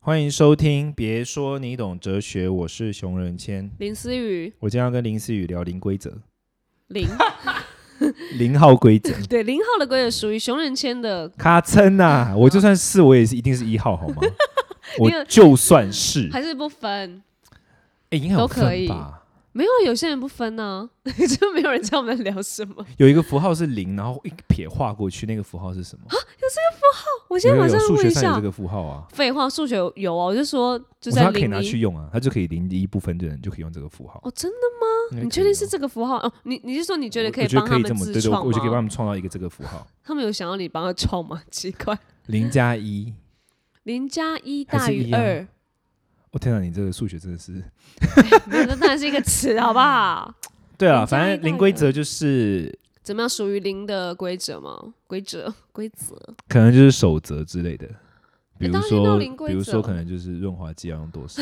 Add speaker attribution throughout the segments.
Speaker 1: 欢迎收听，别说你懂哲学，我是熊仁谦。
Speaker 2: 林思雨
Speaker 1: 我今天要跟林思雨聊零规则，
Speaker 2: 零，
Speaker 1: 零号规则，
Speaker 2: 对零号的规则属于熊仁谦的，
Speaker 1: 咔蹭 呐！啊我就算是我也是一定是一号，好吗？
Speaker 2: 你
Speaker 1: 我
Speaker 2: 有
Speaker 1: 就算是，
Speaker 2: 还是不分？
Speaker 1: 哎，应该有
Speaker 2: 都可
Speaker 1: 分
Speaker 2: 以
Speaker 1: 吧？
Speaker 2: 没有，啊有些人不分呢、 就没有人知道我们在聊什 么。
Speaker 1: 有一个符号是零，然后一撇划过去，那个符号是什么？
Speaker 2: 我啊
Speaker 1: 有
Speaker 2: 现在
Speaker 1: 有
Speaker 2: 马
Speaker 1: 有，
Speaker 2: 上
Speaker 1: 数
Speaker 2: 问
Speaker 1: 学
Speaker 2: 一
Speaker 1: 上有
Speaker 2: 下
Speaker 1: 这，个符号啊，
Speaker 2: 废话，数学有啊，我就说就
Speaker 1: 我
Speaker 2: 在
Speaker 1: 说它可以
Speaker 2: 零
Speaker 1: 拿去
Speaker 2: 一。
Speaker 1: 用啊，它就可以零一不分的人就可以用这个符号。
Speaker 2: 哦，真的，
Speaker 1: 应该
Speaker 2: 你
Speaker 1: 可
Speaker 2: 确
Speaker 1: 以
Speaker 2: 定是
Speaker 1: 用
Speaker 2: 这个符号？哦，你你是说你觉
Speaker 1: 我
Speaker 2: 得
Speaker 1: 我
Speaker 2: 可
Speaker 1: 觉
Speaker 2: 以帮
Speaker 1: 可
Speaker 2: 他
Speaker 1: 以
Speaker 2: 们
Speaker 1: 这么
Speaker 2: 自
Speaker 1: 对对，我
Speaker 2: 创
Speaker 1: 我就可以帮他
Speaker 2: 吗？
Speaker 1: 们创造一个这个符号，
Speaker 2: 他们有想要你帮他创吗？奇怪，
Speaker 1: 零加一。
Speaker 2: 零加一
Speaker 1: 还
Speaker 2: 大
Speaker 1: 是一
Speaker 2: 于
Speaker 1: 样
Speaker 2: 二，
Speaker 1: 我哦天哪，你这个数学真的是……
Speaker 2: 没有，这当然是一个词，好不好？
Speaker 1: 对啊，
Speaker 2: 零加
Speaker 1: 反
Speaker 2: 一
Speaker 1: 正
Speaker 2: 大
Speaker 1: 零
Speaker 2: 于
Speaker 1: 规
Speaker 2: 二
Speaker 1: 则就是
Speaker 2: 怎么样属于零的规则吗？规则规则，
Speaker 1: 可能就是守则之类的，比
Speaker 2: 诶
Speaker 1: 如
Speaker 2: 当然要
Speaker 1: 说，
Speaker 2: 零规
Speaker 1: 比如
Speaker 2: 则
Speaker 1: 说可能就是润滑剂要用多 少。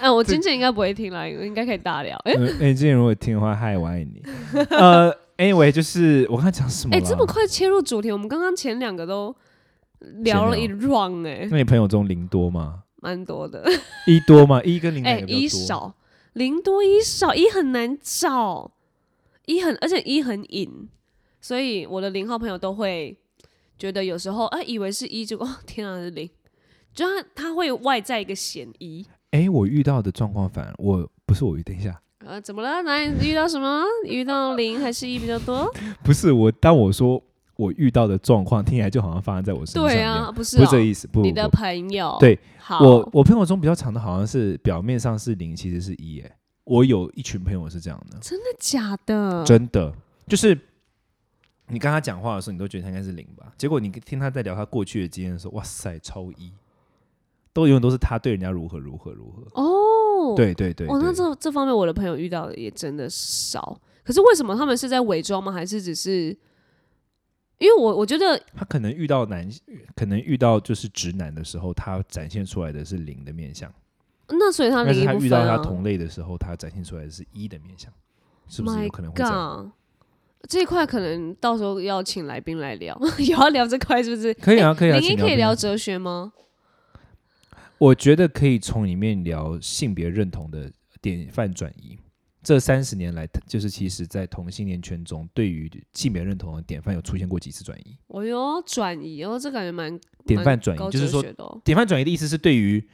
Speaker 2: 哎，我金姐应该不会听啦，应该可以大聊。哎
Speaker 1: 嗯哎，之前如果听的话，嗨，我爱你。呃，anyway，就是我刚才讲什么
Speaker 2: 哎、
Speaker 1: 了？
Speaker 2: 这么快切入主题，我们刚刚前两个都聊了一 round 哎、
Speaker 1: 那你朋友中零多吗？
Speaker 2: 蛮 多的。
Speaker 1: 一多吗？一跟零哪
Speaker 2: 哎、
Speaker 1: 个比
Speaker 2: 一
Speaker 1: 较多？
Speaker 2: 少零多一少，一很难找，一很而且一很隐，所以我的零号朋友都会觉得有时候啊、以为是一，结果、哦、天啊是零，就他他会外在一个嫌疑。
Speaker 1: 哎，我遇到的状况反而我不是我遇，等一下，
Speaker 2: 呃，怎么了？哪里遇到什么？遇到零还是一比较多？
Speaker 1: 不是我，当我说我遇到的状况，听起来就好像发生在我身上一
Speaker 2: 对
Speaker 1: 样，
Speaker 2: 啊，不是、
Speaker 1: 不
Speaker 2: 哦、
Speaker 1: 是这个意思，不
Speaker 2: 你
Speaker 1: 不
Speaker 2: 的
Speaker 1: 不，
Speaker 2: 朋友
Speaker 1: 对，
Speaker 2: 好，
Speaker 1: 我我朋友中比较长的好像是表面上是零，其实是一，哎，我有一群朋友是这样的。
Speaker 2: 真的假的？
Speaker 1: 真的就是你跟他讲话的时候，你都觉得他应该是零吧？结果你听他在聊他过去的经验的时候，哇塞，超一，都永远都是他对人家如何如何如何。
Speaker 2: 哦，
Speaker 1: 对对对
Speaker 2: 哦，那
Speaker 1: 对
Speaker 2: 这这方面我的朋友遇到的也真的少。可是为什么他们是在伪装吗？还是只是？因为我我觉得
Speaker 1: 他可能遇到男，可能遇到就是直男的时候，他展现出来的是零的面相；
Speaker 2: 那所以他
Speaker 1: 但
Speaker 2: 零
Speaker 1: 是
Speaker 2: 一
Speaker 1: 他
Speaker 2: 不
Speaker 1: 遇
Speaker 2: 分
Speaker 1: 到他
Speaker 2: 啊。
Speaker 1: 同类的时候，他展现出来的是一的面相，是不是
Speaker 2: My
Speaker 1: 有可能会这样？
Speaker 2: God，这一块可能到时候要请来宾来聊， 有要聊这块是 不是？
Speaker 1: 可以啊，
Speaker 2: 哎
Speaker 1: 可以啊，
Speaker 2: 零一
Speaker 1: 请
Speaker 2: 可以聊
Speaker 1: 聊。
Speaker 2: 哲学吗？
Speaker 1: 我觉得可以从里面聊性别认同的典范转移。这三十年来，就是其实，在同性恋圈中，对于性别认同的典范有出现过几次转移？
Speaker 2: 我有转移哦，这感觉蛮
Speaker 1: 典范转
Speaker 2: 高
Speaker 1: 移就
Speaker 2: 哲
Speaker 1: 是说，
Speaker 2: 学的哦。
Speaker 1: 典范转移的意思是对于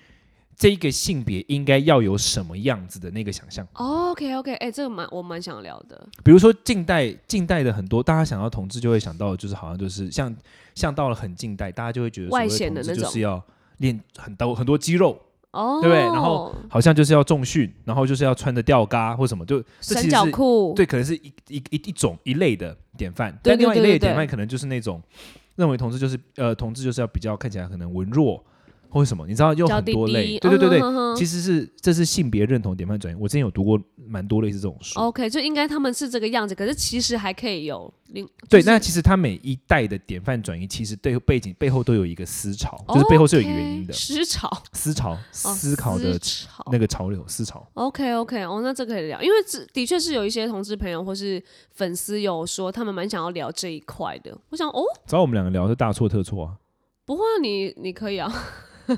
Speaker 1: 这一个性别应该要有什么样子的那个想象。
Speaker 2: 哦 OK OK，哎，这个蛮我蛮想聊的。
Speaker 1: 比如说近代，近代的很多大家想到同志，就会想到就是好像就是像像到了很近代，大家就会觉得所谓
Speaker 2: 外显的
Speaker 1: 同志
Speaker 2: 那种
Speaker 1: 就是要练很多很多肌肉，
Speaker 2: 哦，
Speaker 1: 对不对然后好像就是要重训，然后就是要穿着吊嘎或什么，就这其
Speaker 2: 三
Speaker 1: 实
Speaker 2: 角
Speaker 1: 是
Speaker 2: 裤，
Speaker 1: 对，可能是一一一一种一类的典范，
Speaker 2: 对
Speaker 1: 但另
Speaker 2: 对
Speaker 1: 外一
Speaker 2: 对
Speaker 1: 类的
Speaker 2: 对
Speaker 1: 典
Speaker 2: 对
Speaker 1: 范可能就是那种认为同志就是呃同志就是要比较看起来可能文弱或者什么，你知道有
Speaker 2: 娇
Speaker 1: 很
Speaker 2: 滴
Speaker 1: 多类，
Speaker 2: 滴
Speaker 1: 对对对对，
Speaker 2: 嗯哼哼哼
Speaker 1: 其实是这是性别认同典范转移，我之前有读过蛮多类似这种书，
Speaker 2: OK，就应该他们是这个样子，可是其实还可以有另
Speaker 1: 对，
Speaker 2: 就是
Speaker 1: 那其实它每一代的典范转移，其实对背景背后都有一个思潮，就是背后是有一个原因的
Speaker 2: 哦 OK，思潮
Speaker 1: 思潮，
Speaker 2: 哦
Speaker 1: 思考的
Speaker 2: 潮
Speaker 1: 那个潮流思潮，
Speaker 2: OK OK，哦，那这可以聊，因为这的确是有一些同志朋友或是粉丝有说他们蛮想要聊这一块的。我想哦，
Speaker 1: 找我们两个聊是大错特错 啊，
Speaker 2: 不会啊，你你可以啊，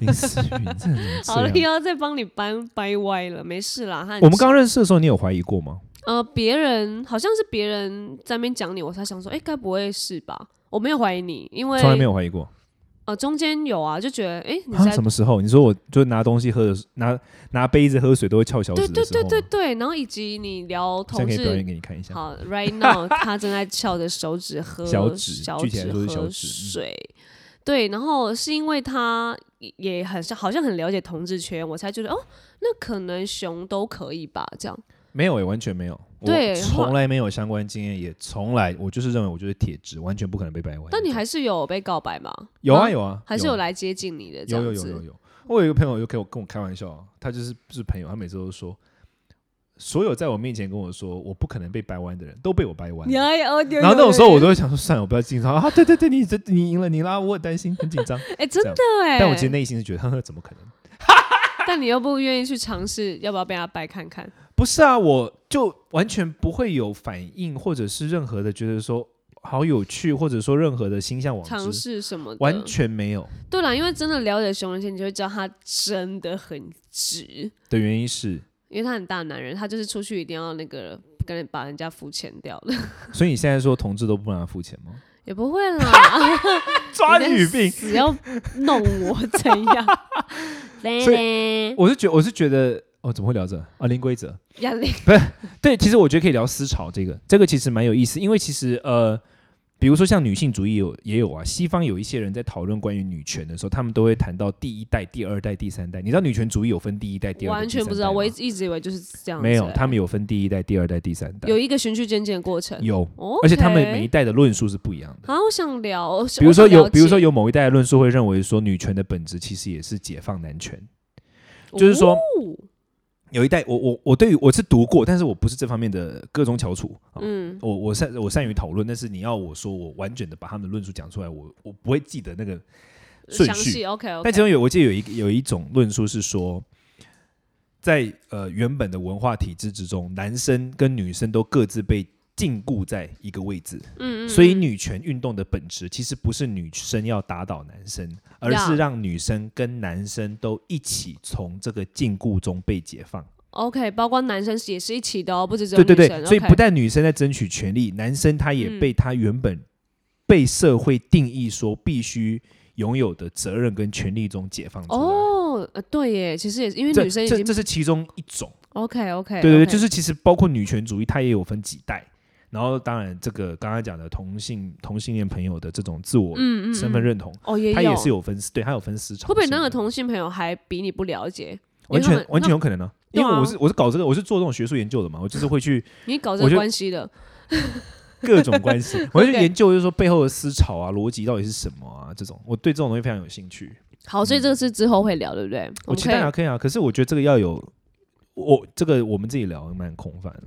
Speaker 1: 林思雨，你这人怎
Speaker 2: 好
Speaker 1: 么
Speaker 2: 了，
Speaker 1: 这
Speaker 2: 又
Speaker 1: 样？
Speaker 2: 要再帮你掰掰歪了，没事啦。他很
Speaker 1: 啊我们刚
Speaker 2: 小
Speaker 1: 认识的时候，你有怀疑过吗？
Speaker 2: 呃，别人好像是别人在那边讲你，我才想说，哎、该不会是吧？我没有怀疑你，因为
Speaker 1: 从来没有怀疑过。
Speaker 2: 呃中间有啊，就觉得哎、你
Speaker 1: 啊，
Speaker 2: 在
Speaker 1: 什么时候？你说我就拿东西喝的时，拿拿杯子喝水都会翘小指
Speaker 2: 对
Speaker 1: 的
Speaker 2: 对
Speaker 1: 时候
Speaker 2: 对
Speaker 1: 吗，
Speaker 2: 对对，然后以及你聊
Speaker 1: 现在
Speaker 2: 同
Speaker 1: 可以表演
Speaker 2: 志，
Speaker 1: 给你看一下。
Speaker 2: 好，right now 他正在翘着手指喝
Speaker 1: 小指
Speaker 2: 小
Speaker 1: 具体来
Speaker 2: 指
Speaker 1: 说是小
Speaker 2: 喝
Speaker 1: 指嗯
Speaker 2: 水，对，然后是因为他也也很像，好像很了解同志圈，我才觉得哦，那可能熊都可以吧，这样
Speaker 1: 没有诶、完全没有。我
Speaker 2: 对后
Speaker 1: 从来没有相关经验，也从来我就是认为我就是铁质，完全不可能被掰弯。
Speaker 2: 但你还是有被告白吗？
Speaker 1: 有啊
Speaker 2: 有，
Speaker 1: 有啊，
Speaker 2: 还是有
Speaker 1: 啊
Speaker 2: 来接近你的这
Speaker 1: 有有
Speaker 2: 样
Speaker 1: 有有
Speaker 2: 子，
Speaker 1: 有。我有一个朋友就给我跟我开玩笑啊，他就是是朋友，他每次都说，所有在我面前跟我说我不可能被掰弯的人都被我掰弯了。
Speaker 2: 哎呀哦有
Speaker 1: 然后
Speaker 2: 有
Speaker 1: 那种
Speaker 2: 有
Speaker 1: 时候
Speaker 2: 有
Speaker 1: 我都会想说，算了，我不要紧张啊！对对对，你这你赢了，你拉，我很担心，很紧张。
Speaker 2: 哎真
Speaker 1: 这样
Speaker 2: 的 哎，
Speaker 1: 但我其实内心是觉得，呵呵，怎么可能？
Speaker 2: 但你又不愿意去尝试，要不要被他掰看看？
Speaker 1: 不是啊，我就完全不会有反应，或者是任何的觉得说，好有趣，或者说任何的星象网
Speaker 2: 尝
Speaker 1: 之，
Speaker 2: 试什么的，
Speaker 1: 完全没有
Speaker 2: 对啦，因为真的了解熊仁谦，你就会知道他真的很直，
Speaker 1: 的原因是，
Speaker 2: 因为他很大男人，他就是出去一定要那个跟人把人家肤浅掉的，
Speaker 1: 所以你现在说同志都不让他付钱吗？
Speaker 2: 也不会啦，啊
Speaker 1: 抓
Speaker 2: 你在
Speaker 1: 语病，
Speaker 2: 只要弄 我怎样？
Speaker 1: 所
Speaker 2: 嘞嘞，
Speaker 1: 我是觉我是觉得。哦，怎么会聊这啊？零规则，
Speaker 2: 压力
Speaker 1: 对，其实我觉得可以聊思潮这个，这个其实蛮有意思，因为其实呃，比如说像女性主义有也有啊，西方有一些人在讨论关于女权的时候，他们都会谈到第一代、第二代、第三代。你知道女权主义有分第一代、第二代、
Speaker 2: 完
Speaker 1: 第
Speaker 2: 全
Speaker 1: 三
Speaker 2: 不知道，
Speaker 1: 代
Speaker 2: 我一
Speaker 1: 吗
Speaker 2: 直一直以为就是这样子欸、
Speaker 1: 没有，他们有分第一代、第二代、第三代，
Speaker 2: 有一个循序渐进的过程。
Speaker 1: 有，
Speaker 2: 哦，
Speaker 1: 而且他们每一代的论述是不一样的。
Speaker 2: 好，我想聊，我
Speaker 1: 比如说
Speaker 2: 啊我想
Speaker 1: 有，
Speaker 2: 了
Speaker 1: 比如
Speaker 2: 解
Speaker 1: 说有某一代的论述会认为说，女权的本质其实也是解放男权。就是说
Speaker 2: 哦
Speaker 1: 有一代，我我我对于我是读过，但是我不是这方面的各中翘楚。啊
Speaker 2: 嗯，
Speaker 1: 我我善我善于讨论，但是你要我说我完整的把他们的论述讲出来，我我不会记得那个顺
Speaker 2: 详
Speaker 1: 序
Speaker 2: 细 OK OK，
Speaker 1: 但其中有我记得有一个有一种论述是说，在呃原本的文化体制之中，男生跟女生都各自被禁锢在一个位置，
Speaker 2: 嗯嗯，
Speaker 1: 所以
Speaker 2: 嗯
Speaker 1: 女权运动的本质其实不是女生要打倒男生，而
Speaker 2: 呀
Speaker 1: 是让女生跟男生都一起从这个禁锢中被解放。
Speaker 2: OK，包括男生也是一起的哦，不止只有
Speaker 1: 对
Speaker 2: 女生。
Speaker 1: 对对，所以
Speaker 2: OK
Speaker 1: 不但女生在争取权利，男生他也
Speaker 2: 嗯
Speaker 1: 被他原本被社会定义说必须拥有的责任跟权利中解放出来。
Speaker 2: 哦，呃对耶，其实也是因为
Speaker 1: 这
Speaker 2: 女生已
Speaker 1: 这
Speaker 2: 经
Speaker 1: 这是其中一种，
Speaker 2: OK OK，
Speaker 1: 对对对，就是是其实包括女权主义，它也有分几代。然后当然，这个刚刚讲的同性同性恋朋友的这种自我
Speaker 2: 嗯嗯嗯
Speaker 1: 身份认同，
Speaker 2: 哦也
Speaker 1: 它也是
Speaker 2: 有。
Speaker 1: 有分，对，它有分思潮性的。
Speaker 2: 会不会那个同性朋友还比你不了解？因为
Speaker 1: 完
Speaker 2: 他
Speaker 1: 全
Speaker 2: 们
Speaker 1: 完全
Speaker 2: 那
Speaker 1: 有可能呢、因为
Speaker 2: 对啊
Speaker 1: 我是我是搞这个，我是做这种学术研究的嘛，我就是会去
Speaker 2: 你搞这
Speaker 1: 我
Speaker 2: 个
Speaker 1: 觉得
Speaker 2: 关系的，
Speaker 1: 各种关系，我会去
Speaker 2: OK
Speaker 1: 研究，就是说背后的思潮啊、逻辑到底是什么啊，这种我对这种东西非常有兴趣。
Speaker 2: 好，所以这个是之后会聊，对不对？
Speaker 1: 我
Speaker 2: 我们
Speaker 1: 期
Speaker 2: 可以
Speaker 1: 待啊，可以啊，可是我觉得这个要有，我这个我们自己聊蛮空泛的，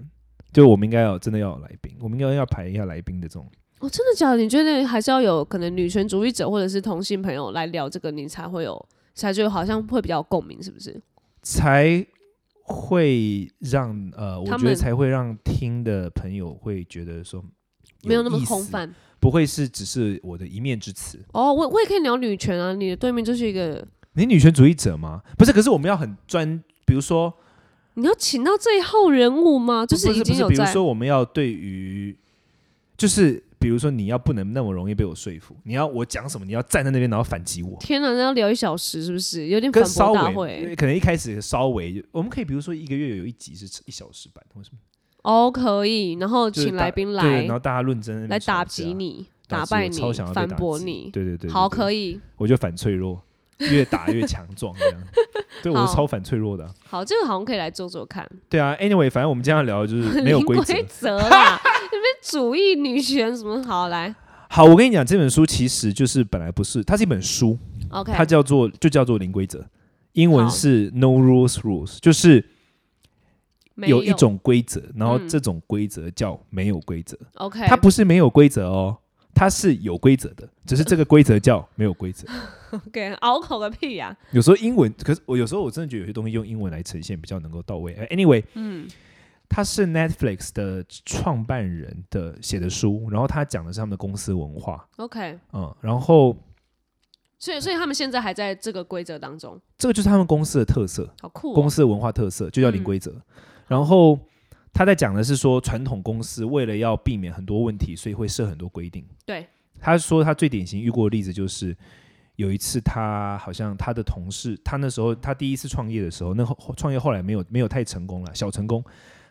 Speaker 1: 就我们应该要真的要有来宾，我们应该要排一下来宾的这种。
Speaker 2: 哦，真的假的？你觉得还是要有可能女权主义者或者是同性朋友来聊这个，你才会有，才就好像会比较有共鸣，是不是？
Speaker 1: 才会让呃，我
Speaker 2: 他
Speaker 1: 觉得
Speaker 2: 们
Speaker 1: 才会让听的朋友会觉得说
Speaker 2: 没有那么
Speaker 1: 意思
Speaker 2: 空，泛。
Speaker 1: 不会是只是我的一面之词。
Speaker 2: 哦，我我也可以聊女权啊，你的对面就是一个，
Speaker 1: 你女权主义者吗？不是，可是我们要很专，比如说，
Speaker 2: 你要请到这一号人物吗？就
Speaker 1: 不
Speaker 2: 已
Speaker 1: 不
Speaker 2: 经
Speaker 1: 是，
Speaker 2: 有
Speaker 1: 比如
Speaker 2: 在
Speaker 1: 说我们要对于，就是比如说你要不能那么容易被我说服，你要我讲什么，你要站在那边然后反击我，
Speaker 2: 天哪，那要聊一小时是不是？有点反
Speaker 1: 跟
Speaker 2: 驳
Speaker 1: 稍
Speaker 2: 大
Speaker 1: 微
Speaker 2: 会。
Speaker 1: 可能一开始稍微，我们可以比如说一个月有一集是一小时版，或什么
Speaker 2: 哦，可以，然后
Speaker 1: 就是
Speaker 2: 请
Speaker 1: 大
Speaker 2: 来宾
Speaker 1: 对，
Speaker 2: 来
Speaker 1: 然后大家论真在那
Speaker 2: 来
Speaker 1: 边
Speaker 2: 打
Speaker 1: 吵架
Speaker 2: 击，你、
Speaker 1: 打
Speaker 2: 打
Speaker 1: 击我
Speaker 2: 败你
Speaker 1: 超想、要被
Speaker 2: 反
Speaker 1: 打
Speaker 2: 驳
Speaker 1: 击
Speaker 2: 你。
Speaker 1: 对对对，
Speaker 2: 好，
Speaker 1: 以，
Speaker 2: 可以，
Speaker 1: 我就反脆弱，越打越强壮这样，对我
Speaker 2: 好
Speaker 1: 超反脆弱的啊、
Speaker 2: 好，这个好像可以来做做看。
Speaker 1: 对啊，anyway，反正我们今天要聊的就是没 有
Speaker 2: 零
Speaker 1: 规
Speaker 2: 规
Speaker 1: 则，
Speaker 2: 则啦，那边主义女权什么好来
Speaker 1: 好，我跟你讲，这本书其实就是本来不是，它是一本书，
Speaker 2: ，OK，
Speaker 1: 它叫做就叫做零规则，英文
Speaker 2: 好
Speaker 1: 是 No Rules Rules，就是
Speaker 2: 没
Speaker 1: 有一种规则，然后
Speaker 2: 嗯
Speaker 1: 这种规则叫没有规则，
Speaker 2: OK，
Speaker 1: 它不是没有规则哦，它是有规则的，只是这个规则叫没有规则。
Speaker 2: OK，拗口个屁呀、
Speaker 1: 有时候英文，可是我有时候我真的觉得有些东西用英文来呈现比较能够到位。哎 Anyway，
Speaker 2: 嗯，
Speaker 1: 他是 Netflix 的创办人的写的书，然后他讲的是他们的公司文化，
Speaker 2: OK，
Speaker 1: 嗯，然后
Speaker 2: 所以所以他们现在还在这个规则当中，
Speaker 1: 这个就是他们公司的特色。
Speaker 2: 好酷、哦，
Speaker 1: 公司的文化特色，就叫零规则。然后他在讲的是说，传统公司为了要避免很多问题，所以会设很多规定。
Speaker 2: 对，
Speaker 1: 他说他最典型遇过的例子就是，有一次他好像他的同事，他那时候他第一次创业的时候，那后创业后来没有没有太成功了，小成功。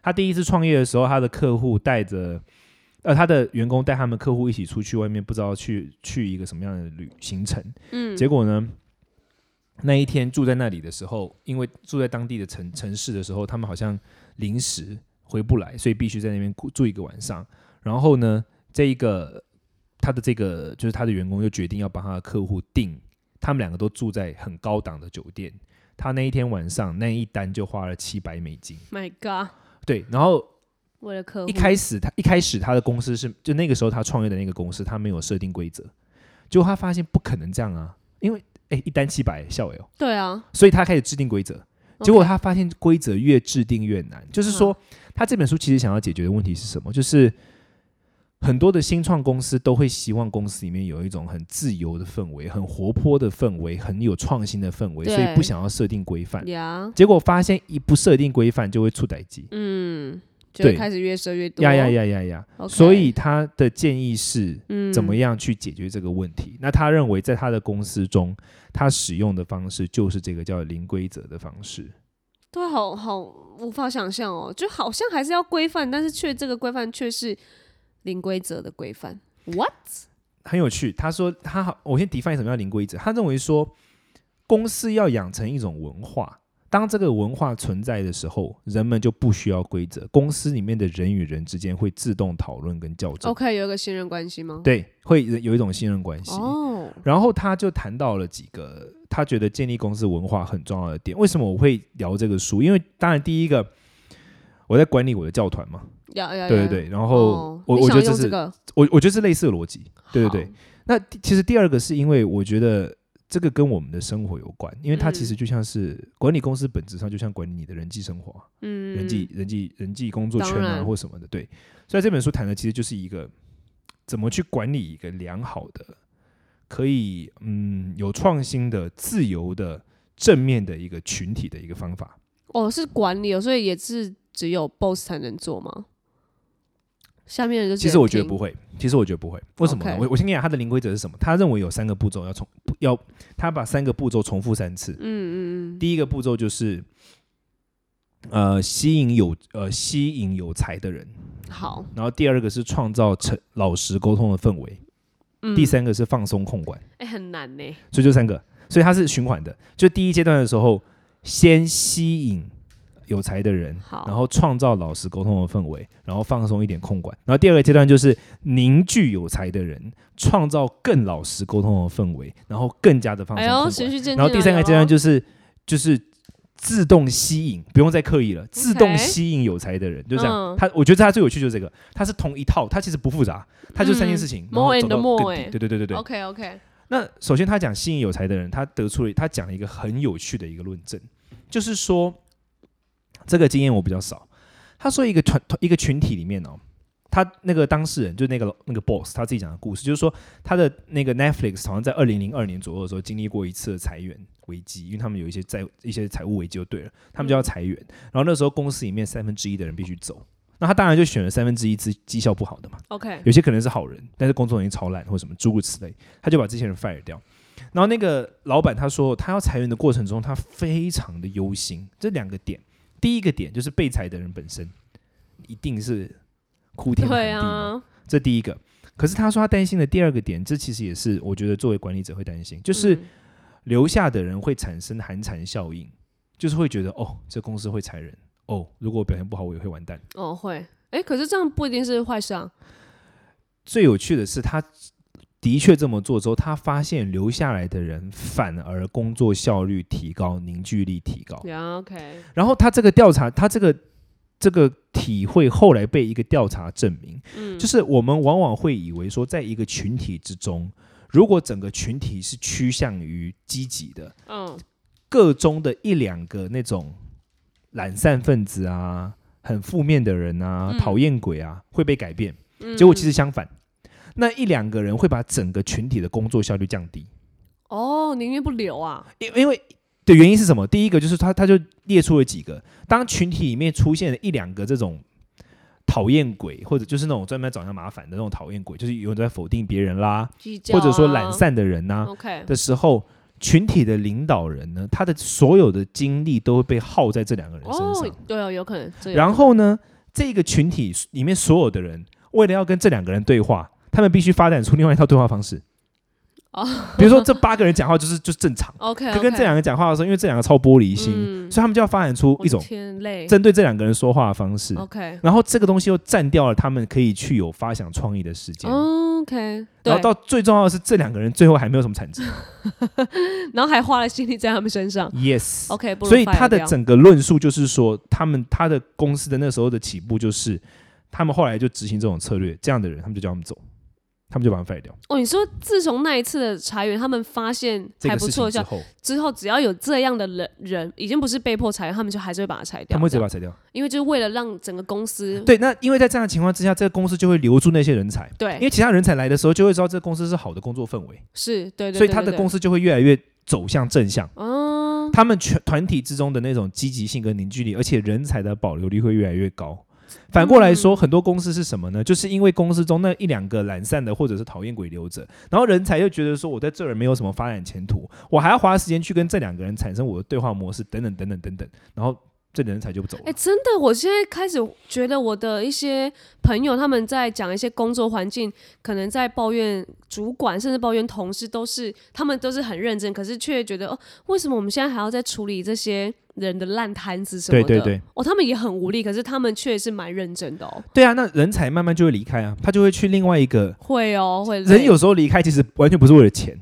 Speaker 1: 他第一次创业的时候，他的客户带着。呃，他的员工带他们客户一起出去外面，不知道去去一个什么样的旅行程，
Speaker 2: 嗯，
Speaker 1: 结果呢，那一天住在那里的时候，因为住在当地的城城市的时候，他们好像临时回不来，所以必须在那边过住一个晚上。然后呢，这一个他的这个就是他的员工就决定要帮他的客户订，他们两个都住在很高档的酒店。他那一天晚上那一单就花了七百美金，
Speaker 2: My God，
Speaker 1: 对。然后
Speaker 2: 为了客户
Speaker 1: 一开始他一开始他的公司是就那个时候他创业的那个公司，他没有设定规则，结果他发现不可能这样啊，因为哎一单七百笑哎哦，
Speaker 2: 对啊，
Speaker 1: 所以他开始制定规则。结果他发现规则
Speaker 2: 嗯
Speaker 1: 越制定越难，就是说他这本书其实想要解决的问题是什么？就是很多的新创公司都会希望公司里面有一种很自由的氛围、很活泼的氛围、很有创新的氛围，所以
Speaker 2: 对
Speaker 1: 不想要设定规范。
Speaker 2: 呀，
Speaker 1: 结果发现一不设定规范就会出歹机，
Speaker 2: 嗯，就
Speaker 1: 对
Speaker 2: 会开始越设越多。
Speaker 1: 呀呀呀呀呀！
Speaker 2: OK
Speaker 1: 所以他的建议是
Speaker 2: 嗯，
Speaker 1: 怎么样去解决这个问题？那他认为在他的公司中，他使用的方式就是这个叫零规则的方式。
Speaker 2: 对，啊好好无法想象哦，就好像还是要规范，但是却这个规范却是零规则的规范。What？
Speaker 1: 很有趣。他说他好，我先 define 什么叫零规则。他认为说，公司要养成一种文化，当这个文化存在的时候，人们就不需要规则，公司里面的人与人之间会自动讨论跟校正
Speaker 2: OK，有一个信任关系吗？
Speaker 1: 对，会有一种信任关系。
Speaker 2: 哦，
Speaker 1: 然后他就谈到了几个他觉得建立公司文化很重要的点。为什么我会聊这个书？因为当然第一个。我在管理我的教团嘛，
Speaker 2: 要要
Speaker 1: 对对对，然后
Speaker 2: 哦
Speaker 1: 我、我觉得这是、
Speaker 2: 个
Speaker 1: 我我觉得是类似的逻辑，对对对
Speaker 2: 好。
Speaker 1: 那第其实第二个是因为我觉得这个跟我们的生活有关，因为它
Speaker 2: 嗯
Speaker 1: 其实就像是管理公司本质上就像管理你的人际生活啊、
Speaker 2: 嗯
Speaker 1: 人际人际人际工作圈
Speaker 2: 当
Speaker 1: 啊
Speaker 2: 然
Speaker 1: 或什么的。对，所以这本书谈的其实就是一个怎么去管理一个良好的、可以嗯有创新的、自由的、正面的一个群体的一个方法。
Speaker 2: 哦是管理哦，所以也是只有 boss 才能做吗？下面的就
Speaker 1: 其实我觉得
Speaker 2: 听
Speaker 1: 不会，其实我觉得不会，为什么呢
Speaker 2: OK
Speaker 1: 我我先跟你讲他的零规则是什么。他认为有三个步骤要重要，他把三个步骤重复三次。
Speaker 2: 嗯嗯嗯，
Speaker 1: 第一个步骤就是，呃，吸引有呃吸引有才的人，
Speaker 2: 嗯好，
Speaker 1: 然后第二个是创造诚老实沟通的氛围，
Speaker 2: 嗯
Speaker 1: 第，三个是放松控管，
Speaker 2: 哎、很难呢，
Speaker 1: 所以就三个，所以它是循环的。就第一阶段的时候，先吸引有才的人，
Speaker 2: 好
Speaker 1: 然后创造老实沟通的氛围，然后放松一点控管，然后第二个阶段就是凝聚有才的人，创造更老实沟通的氛围，然后更加的放
Speaker 2: 哎
Speaker 1: 松控
Speaker 2: 呦，
Speaker 1: 管。
Speaker 2: 循序渐进啊，
Speaker 1: 然后第三个阶段
Speaker 2: 有
Speaker 1: 就是就是自动吸引，不用再刻意了，自动吸引有才的人，就这样
Speaker 2: 嗯。
Speaker 1: 他我觉得他最有趣就是这个，他是同一套，他其实不复杂，他就三件事情，然后
Speaker 2: more and
Speaker 1: 走到
Speaker 2: more，
Speaker 1: 更底
Speaker 2: 哎
Speaker 1: 对对对对对。
Speaker 2: OK OK，
Speaker 1: 那首先他讲吸引有才的人，他得出了他讲了一个很有趣的一个论证，就是说这个经验我比较少。他说一个团一个群体里面哦，他那个当事人就那个那个 boss 他自己讲的故事，就是说他的那个 Netflix 好像在二零零二年左右的时候经历过一次的裁员危机，因为他们有一些债一些财务危机就对了，他们就要裁员，然后那时候公司里面三分之一的人必须走。那他当然就选了三分之一绩绩效不好的嘛，
Speaker 2: OK，
Speaker 1: 有些可能是好人，但是工作能力超烂或什么诸如此类，他就把这些人 fire 掉。然后那个老板他说，他要裁员的过程中，他非常的忧心。这两个点，第一个点就是被裁的人本身一定是哭天喊
Speaker 2: 对
Speaker 1: 地嘛，
Speaker 2: 啊，
Speaker 1: 这第一个。可是他说他担心的第二个点，这其实也是我觉得作为管理者会担心，就是
Speaker 2: 嗯
Speaker 1: 留下的人会产生寒蝉效应，就是会觉得哦，这公司会裁人，哦，如果我表现不好，我也会完蛋。
Speaker 2: 哦会，哎，可是这样不一定是坏事啊，
Speaker 1: 最有趣的是，他的确这么做之后，他发现留下来的人反而工作效率提高，凝聚力提高。
Speaker 2: 呀 OK，
Speaker 1: 然后他这个调查，他这个这个体会后来被一个调查证明，
Speaker 2: 嗯，
Speaker 1: 就是我们往往会以为说，在一个群体之中，如果整个群体是趋向于积极的，
Speaker 2: 嗯
Speaker 1: 个中的一两个那种懒散分子啊，很负面的人啊，
Speaker 2: 嗯
Speaker 1: 讨厌鬼啊，会被改变。
Speaker 2: 嗯，
Speaker 1: 结果其
Speaker 2: 实
Speaker 1: 实相反，那一两个人会把整个群体的工作效率降低，
Speaker 2: 哦宁愿不留啊，
Speaker 1: 因因为的原因是什么？第一个就是他他就列出了几个，当群体里面出现了一两个这种。讨厌鬼，或者就是那种专门找人家麻烦的那种讨厌鬼，就是有人在否定别人啦，
Speaker 2: 计较
Speaker 1: 或者说
Speaker 2: 啊
Speaker 1: 懒散的人呐、
Speaker 2: OK，
Speaker 1: 的时候，群体的领导人呢，他的所有的精力都会被耗在这两个人身上。
Speaker 2: 哦，对哦，有可能，这有
Speaker 1: 然
Speaker 2: 可
Speaker 1: 后呢，这个群体里面所有的人，为了要跟这两个人对话，他们必须发展出另外一套对话方式。
Speaker 2: 哦
Speaker 1: 比如说这八个人讲话就是就是正 常，
Speaker 2: 能 OK，
Speaker 1: 可跟这两个人讲话的时候，因为这两个超玻璃心，
Speaker 2: 嗯
Speaker 1: 所以他们就要发展出一种
Speaker 2: 天累
Speaker 1: 针对这两个人说话的方式。
Speaker 2: OK
Speaker 1: 然后这个东西又占掉了他们可以去有发想创意的时间。
Speaker 2: OK，
Speaker 1: 然
Speaker 2: 哦对
Speaker 1: 后，到最重要的是，这两个人最后还没有什么 产值。
Speaker 2: 然后还花了心力在他们身上
Speaker 1: yes，
Speaker 2: OK，不如
Speaker 1: 所以
Speaker 2: fire
Speaker 1: 他的
Speaker 2: 掉
Speaker 1: 整个论述就是说，他们他的公司的那时候的起步就是，他们后来就执行这种策略，这样的人他们就叫他们走，他们就把他 fire 掉。
Speaker 2: 哦，你说自从那一次的裁员，他们发现
Speaker 1: 这
Speaker 2: 还
Speaker 1: 个
Speaker 2: 不
Speaker 1: 事
Speaker 2: 错
Speaker 1: 情之
Speaker 2: 效
Speaker 1: 后，
Speaker 2: 之后，只要有这样的人人，已经不是被迫裁员，他们就还是会把它裁掉。
Speaker 1: 他们会直接
Speaker 2: 这
Speaker 1: 把
Speaker 2: 样
Speaker 1: 他裁掉。
Speaker 2: 因为就是为了让整个公司
Speaker 1: 对，那因为在这样的情况之下，这个公司就会留住那些人才，
Speaker 2: 对
Speaker 1: 因为其他人才来的时候就会知道这个公司是好的工作氛围，
Speaker 2: 是对对对，
Speaker 1: 所以他的
Speaker 2: 对
Speaker 1: 公司就会越来越走向正向。
Speaker 2: 哦，
Speaker 1: 他们全团体之中的那种积极性跟凝聚力，而且人才的保留率会越来越高。反过来
Speaker 2: 嗯
Speaker 1: 说，很多公司是什么呢？就是因为公司中那一两个懒散的或者是讨厌鬼留着，然后人才又觉得说我在这儿没有什么发展前途，我还要花时间去跟这两个人产生我的对话模式，等等等等等等，然后这人才就不走了
Speaker 2: 哎、。真的，我现在开始觉得我的一些朋友他们在讲一些工作环境，可能在抱怨主管，甚至抱怨同事，都是他们都是很认真，可是却觉得哦，为什么我们现在还要再处理这些人的烂摊子什么
Speaker 1: 对
Speaker 2: 的？
Speaker 1: 对对，
Speaker 2: 哦，他们也很无力，可是他们却是蛮认真的哦。
Speaker 1: 对啊，那人才慢慢就会离开啊，他就会去另外一个。
Speaker 2: 会哦，会
Speaker 1: 人
Speaker 2: 累
Speaker 1: 有时候离开其实完全不是为了钱，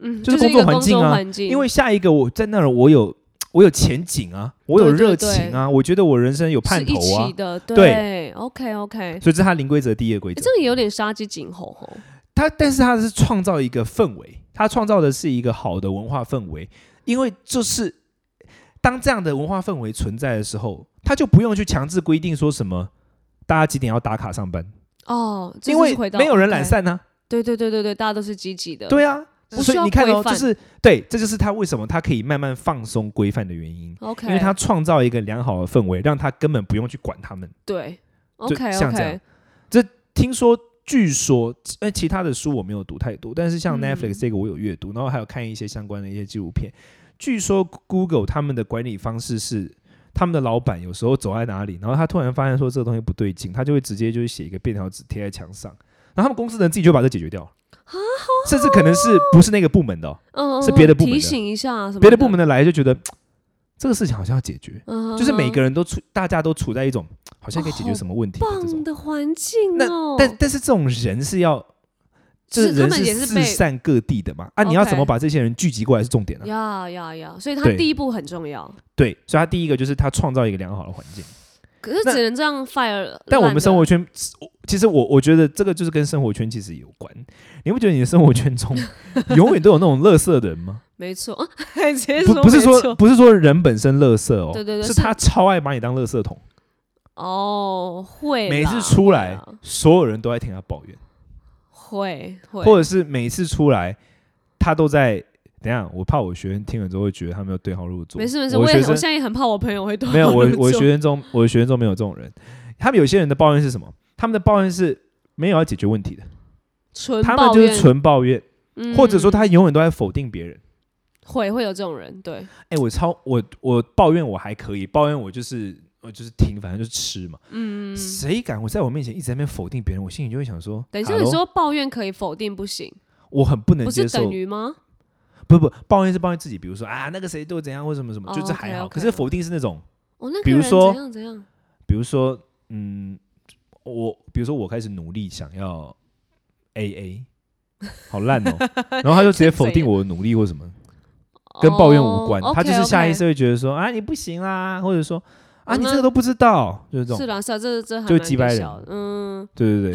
Speaker 2: 嗯，
Speaker 1: 就是
Speaker 2: 是一
Speaker 1: 工作
Speaker 2: 个
Speaker 1: 环
Speaker 2: 工
Speaker 1: 境
Speaker 2: 作
Speaker 1: 啊
Speaker 2: 环境，
Speaker 1: 因为下一个我在那儿我有我有前景啊，我有
Speaker 2: 对对
Speaker 1: 热情啊，我觉得我人生有
Speaker 2: 是
Speaker 1: 盼头
Speaker 2: 一
Speaker 1: 啊
Speaker 2: 起，的，对 o k OK，
Speaker 1: 所以这是他零规则第一个规
Speaker 2: 诶
Speaker 1: 则。
Speaker 2: 这个也有点杀鸡儆猴哦吼。
Speaker 1: 他但是他是创造一个氛围，他创造的是一个好的文化氛围，因为就是当这样的文化氛围存在的时候，他就不用去强制规定说什么大家几点要打卡上班，
Speaker 2: 哦，这
Speaker 1: 因
Speaker 2: 就是
Speaker 1: 为
Speaker 2: 回到
Speaker 1: 没有人懒
Speaker 2: OK
Speaker 1: 散呢、啊
Speaker 2: 对对对对对，大家都是积极的。
Speaker 1: 对啊，
Speaker 2: 不
Speaker 1: 所
Speaker 2: 需
Speaker 1: 以
Speaker 2: 要
Speaker 1: 你看到、
Speaker 2: 规范
Speaker 1: 就是对，这就是他为什么他可以慢慢放松规范的原因。
Speaker 2: ，OK，
Speaker 1: 因为他创造一个良好的氛围，让他根本不用去管他们。
Speaker 2: 对，OK
Speaker 1: 像这
Speaker 2: OK，
Speaker 1: 样听说，据说，呃，其他的书我没有读太多，但是像
Speaker 2: 嗯
Speaker 1: Netflix 这个我有阅读，然后还有看一些相关的一些纪录片。据说 Google 他们的管理方式是，他们的老板有时候走在哪里，然后他突然发现说这个东西不对劲，他就会直接就是写一个便条纸贴在墙上，然后他们公司的人自己就把这解决掉，
Speaker 2: 啊
Speaker 1: 甚至可能是不是那个部门的、哦，
Speaker 2: 嗯，
Speaker 1: 是别的部门
Speaker 2: 提
Speaker 1: 的
Speaker 2: 醒一下什么
Speaker 1: 别的部门，的来就觉得嘖这个事情好像要解决，
Speaker 2: 嗯
Speaker 1: 就是每
Speaker 2: 哼哦
Speaker 1: 个人都处，大家都处在一种嘖好像可以解决什么问题的这
Speaker 2: 棒
Speaker 1: 种。
Speaker 2: 嗯的环境
Speaker 1: 那
Speaker 2: 哦。
Speaker 1: 但但是这种人是要，就是人
Speaker 2: 他们也
Speaker 1: 是
Speaker 2: 是
Speaker 1: 四
Speaker 2: 被
Speaker 1: 散各地的嘛，啊，你要
Speaker 2: OK
Speaker 1: 怎么把这些人聚集过来是重点啊。
Speaker 2: 呀呀呀，所以他
Speaker 1: 对
Speaker 2: 第一步很重要，
Speaker 1: 对，所以他第一个就是他创造一个良好的环境。
Speaker 2: 可是
Speaker 1: 那
Speaker 2: 只能这样 fire。
Speaker 1: 但我们生活，圈，其实我我觉得这个就是跟生活圈其实有关。你不觉得你的生活圈 中永远都有那种乐色人吗？
Speaker 2: 没错， 啊直接
Speaker 1: 不不是
Speaker 2: 没
Speaker 1: 说
Speaker 2: 错
Speaker 1: 不是说人本身乐色哦，
Speaker 2: 对对对
Speaker 1: 是
Speaker 2: 是
Speaker 1: 他超爱把你当乐色桶，
Speaker 2: 哦，会
Speaker 1: 每
Speaker 2: 啦啊
Speaker 1: 次出
Speaker 2: 会
Speaker 1: 来
Speaker 2: 啦
Speaker 1: 所有人都在听他抱怨。
Speaker 2: 会会，
Speaker 1: 或者是每次出来，他都在。等一下，我怕我学生听了之后会觉得他没有对号入座。
Speaker 2: 没事没事，
Speaker 1: 我
Speaker 2: 我也
Speaker 1: 学
Speaker 2: 我
Speaker 1: 生
Speaker 2: 现在也很怕我朋友会对
Speaker 1: 没有
Speaker 2: 号
Speaker 1: 我
Speaker 2: 入
Speaker 1: 我
Speaker 2: 座
Speaker 1: 学生中我学生中没有这种人。他们有些人的抱怨是什么？他们的抱怨是没有要解决问题的，
Speaker 2: 纯
Speaker 1: 他们
Speaker 2: 抱
Speaker 1: 就是
Speaker 2: 怨，
Speaker 1: 纯抱怨，
Speaker 2: 嗯
Speaker 1: 或者说他永远都在否定别人。
Speaker 2: 会会有这种人，对，
Speaker 1: 哎、我超我我抱怨我还可以，抱怨我就是我就是听，反正就是吃嘛。
Speaker 2: 嗯。
Speaker 1: 谁敢我在我面前一直在那边否定别人，我心里就会想说，
Speaker 2: 等一下，
Speaker 1: 哈喽
Speaker 2: 你说抱怨可以否定不行，
Speaker 1: 我很不能
Speaker 2: 不
Speaker 1: 接
Speaker 2: 是
Speaker 1: 受
Speaker 2: 等于吗？
Speaker 1: 不不，抱怨是抱怨自己，比如说啊，那个谁对我怎样或什么什么，
Speaker 2: 哦
Speaker 1: 就这还好。
Speaker 2: OK，OK
Speaker 1: 可是否定是那种，
Speaker 2: 哦，那个
Speaker 1: 比如
Speaker 2: 人
Speaker 1: 说
Speaker 2: 怎样怎样，
Speaker 1: 比如说，嗯，我比如说我开始努力想要 A A，好 烂哦，然后他就直接否定我的努力或什么，跟抱怨无关，
Speaker 2: 哦
Speaker 1: 他就是
Speaker 2: ，OK，OK
Speaker 1: 下意识会觉得说啊你不行啦，或者说啊
Speaker 2: 哦
Speaker 1: 你
Speaker 2: 那
Speaker 1: 这个都不知道，就是这
Speaker 2: 是
Speaker 1: 种，
Speaker 2: 啦，是啦，这这还
Speaker 1: 就
Speaker 2: 蛮
Speaker 1: 几百
Speaker 2: 搞
Speaker 1: 人
Speaker 2: 笑的嗯，
Speaker 1: 对对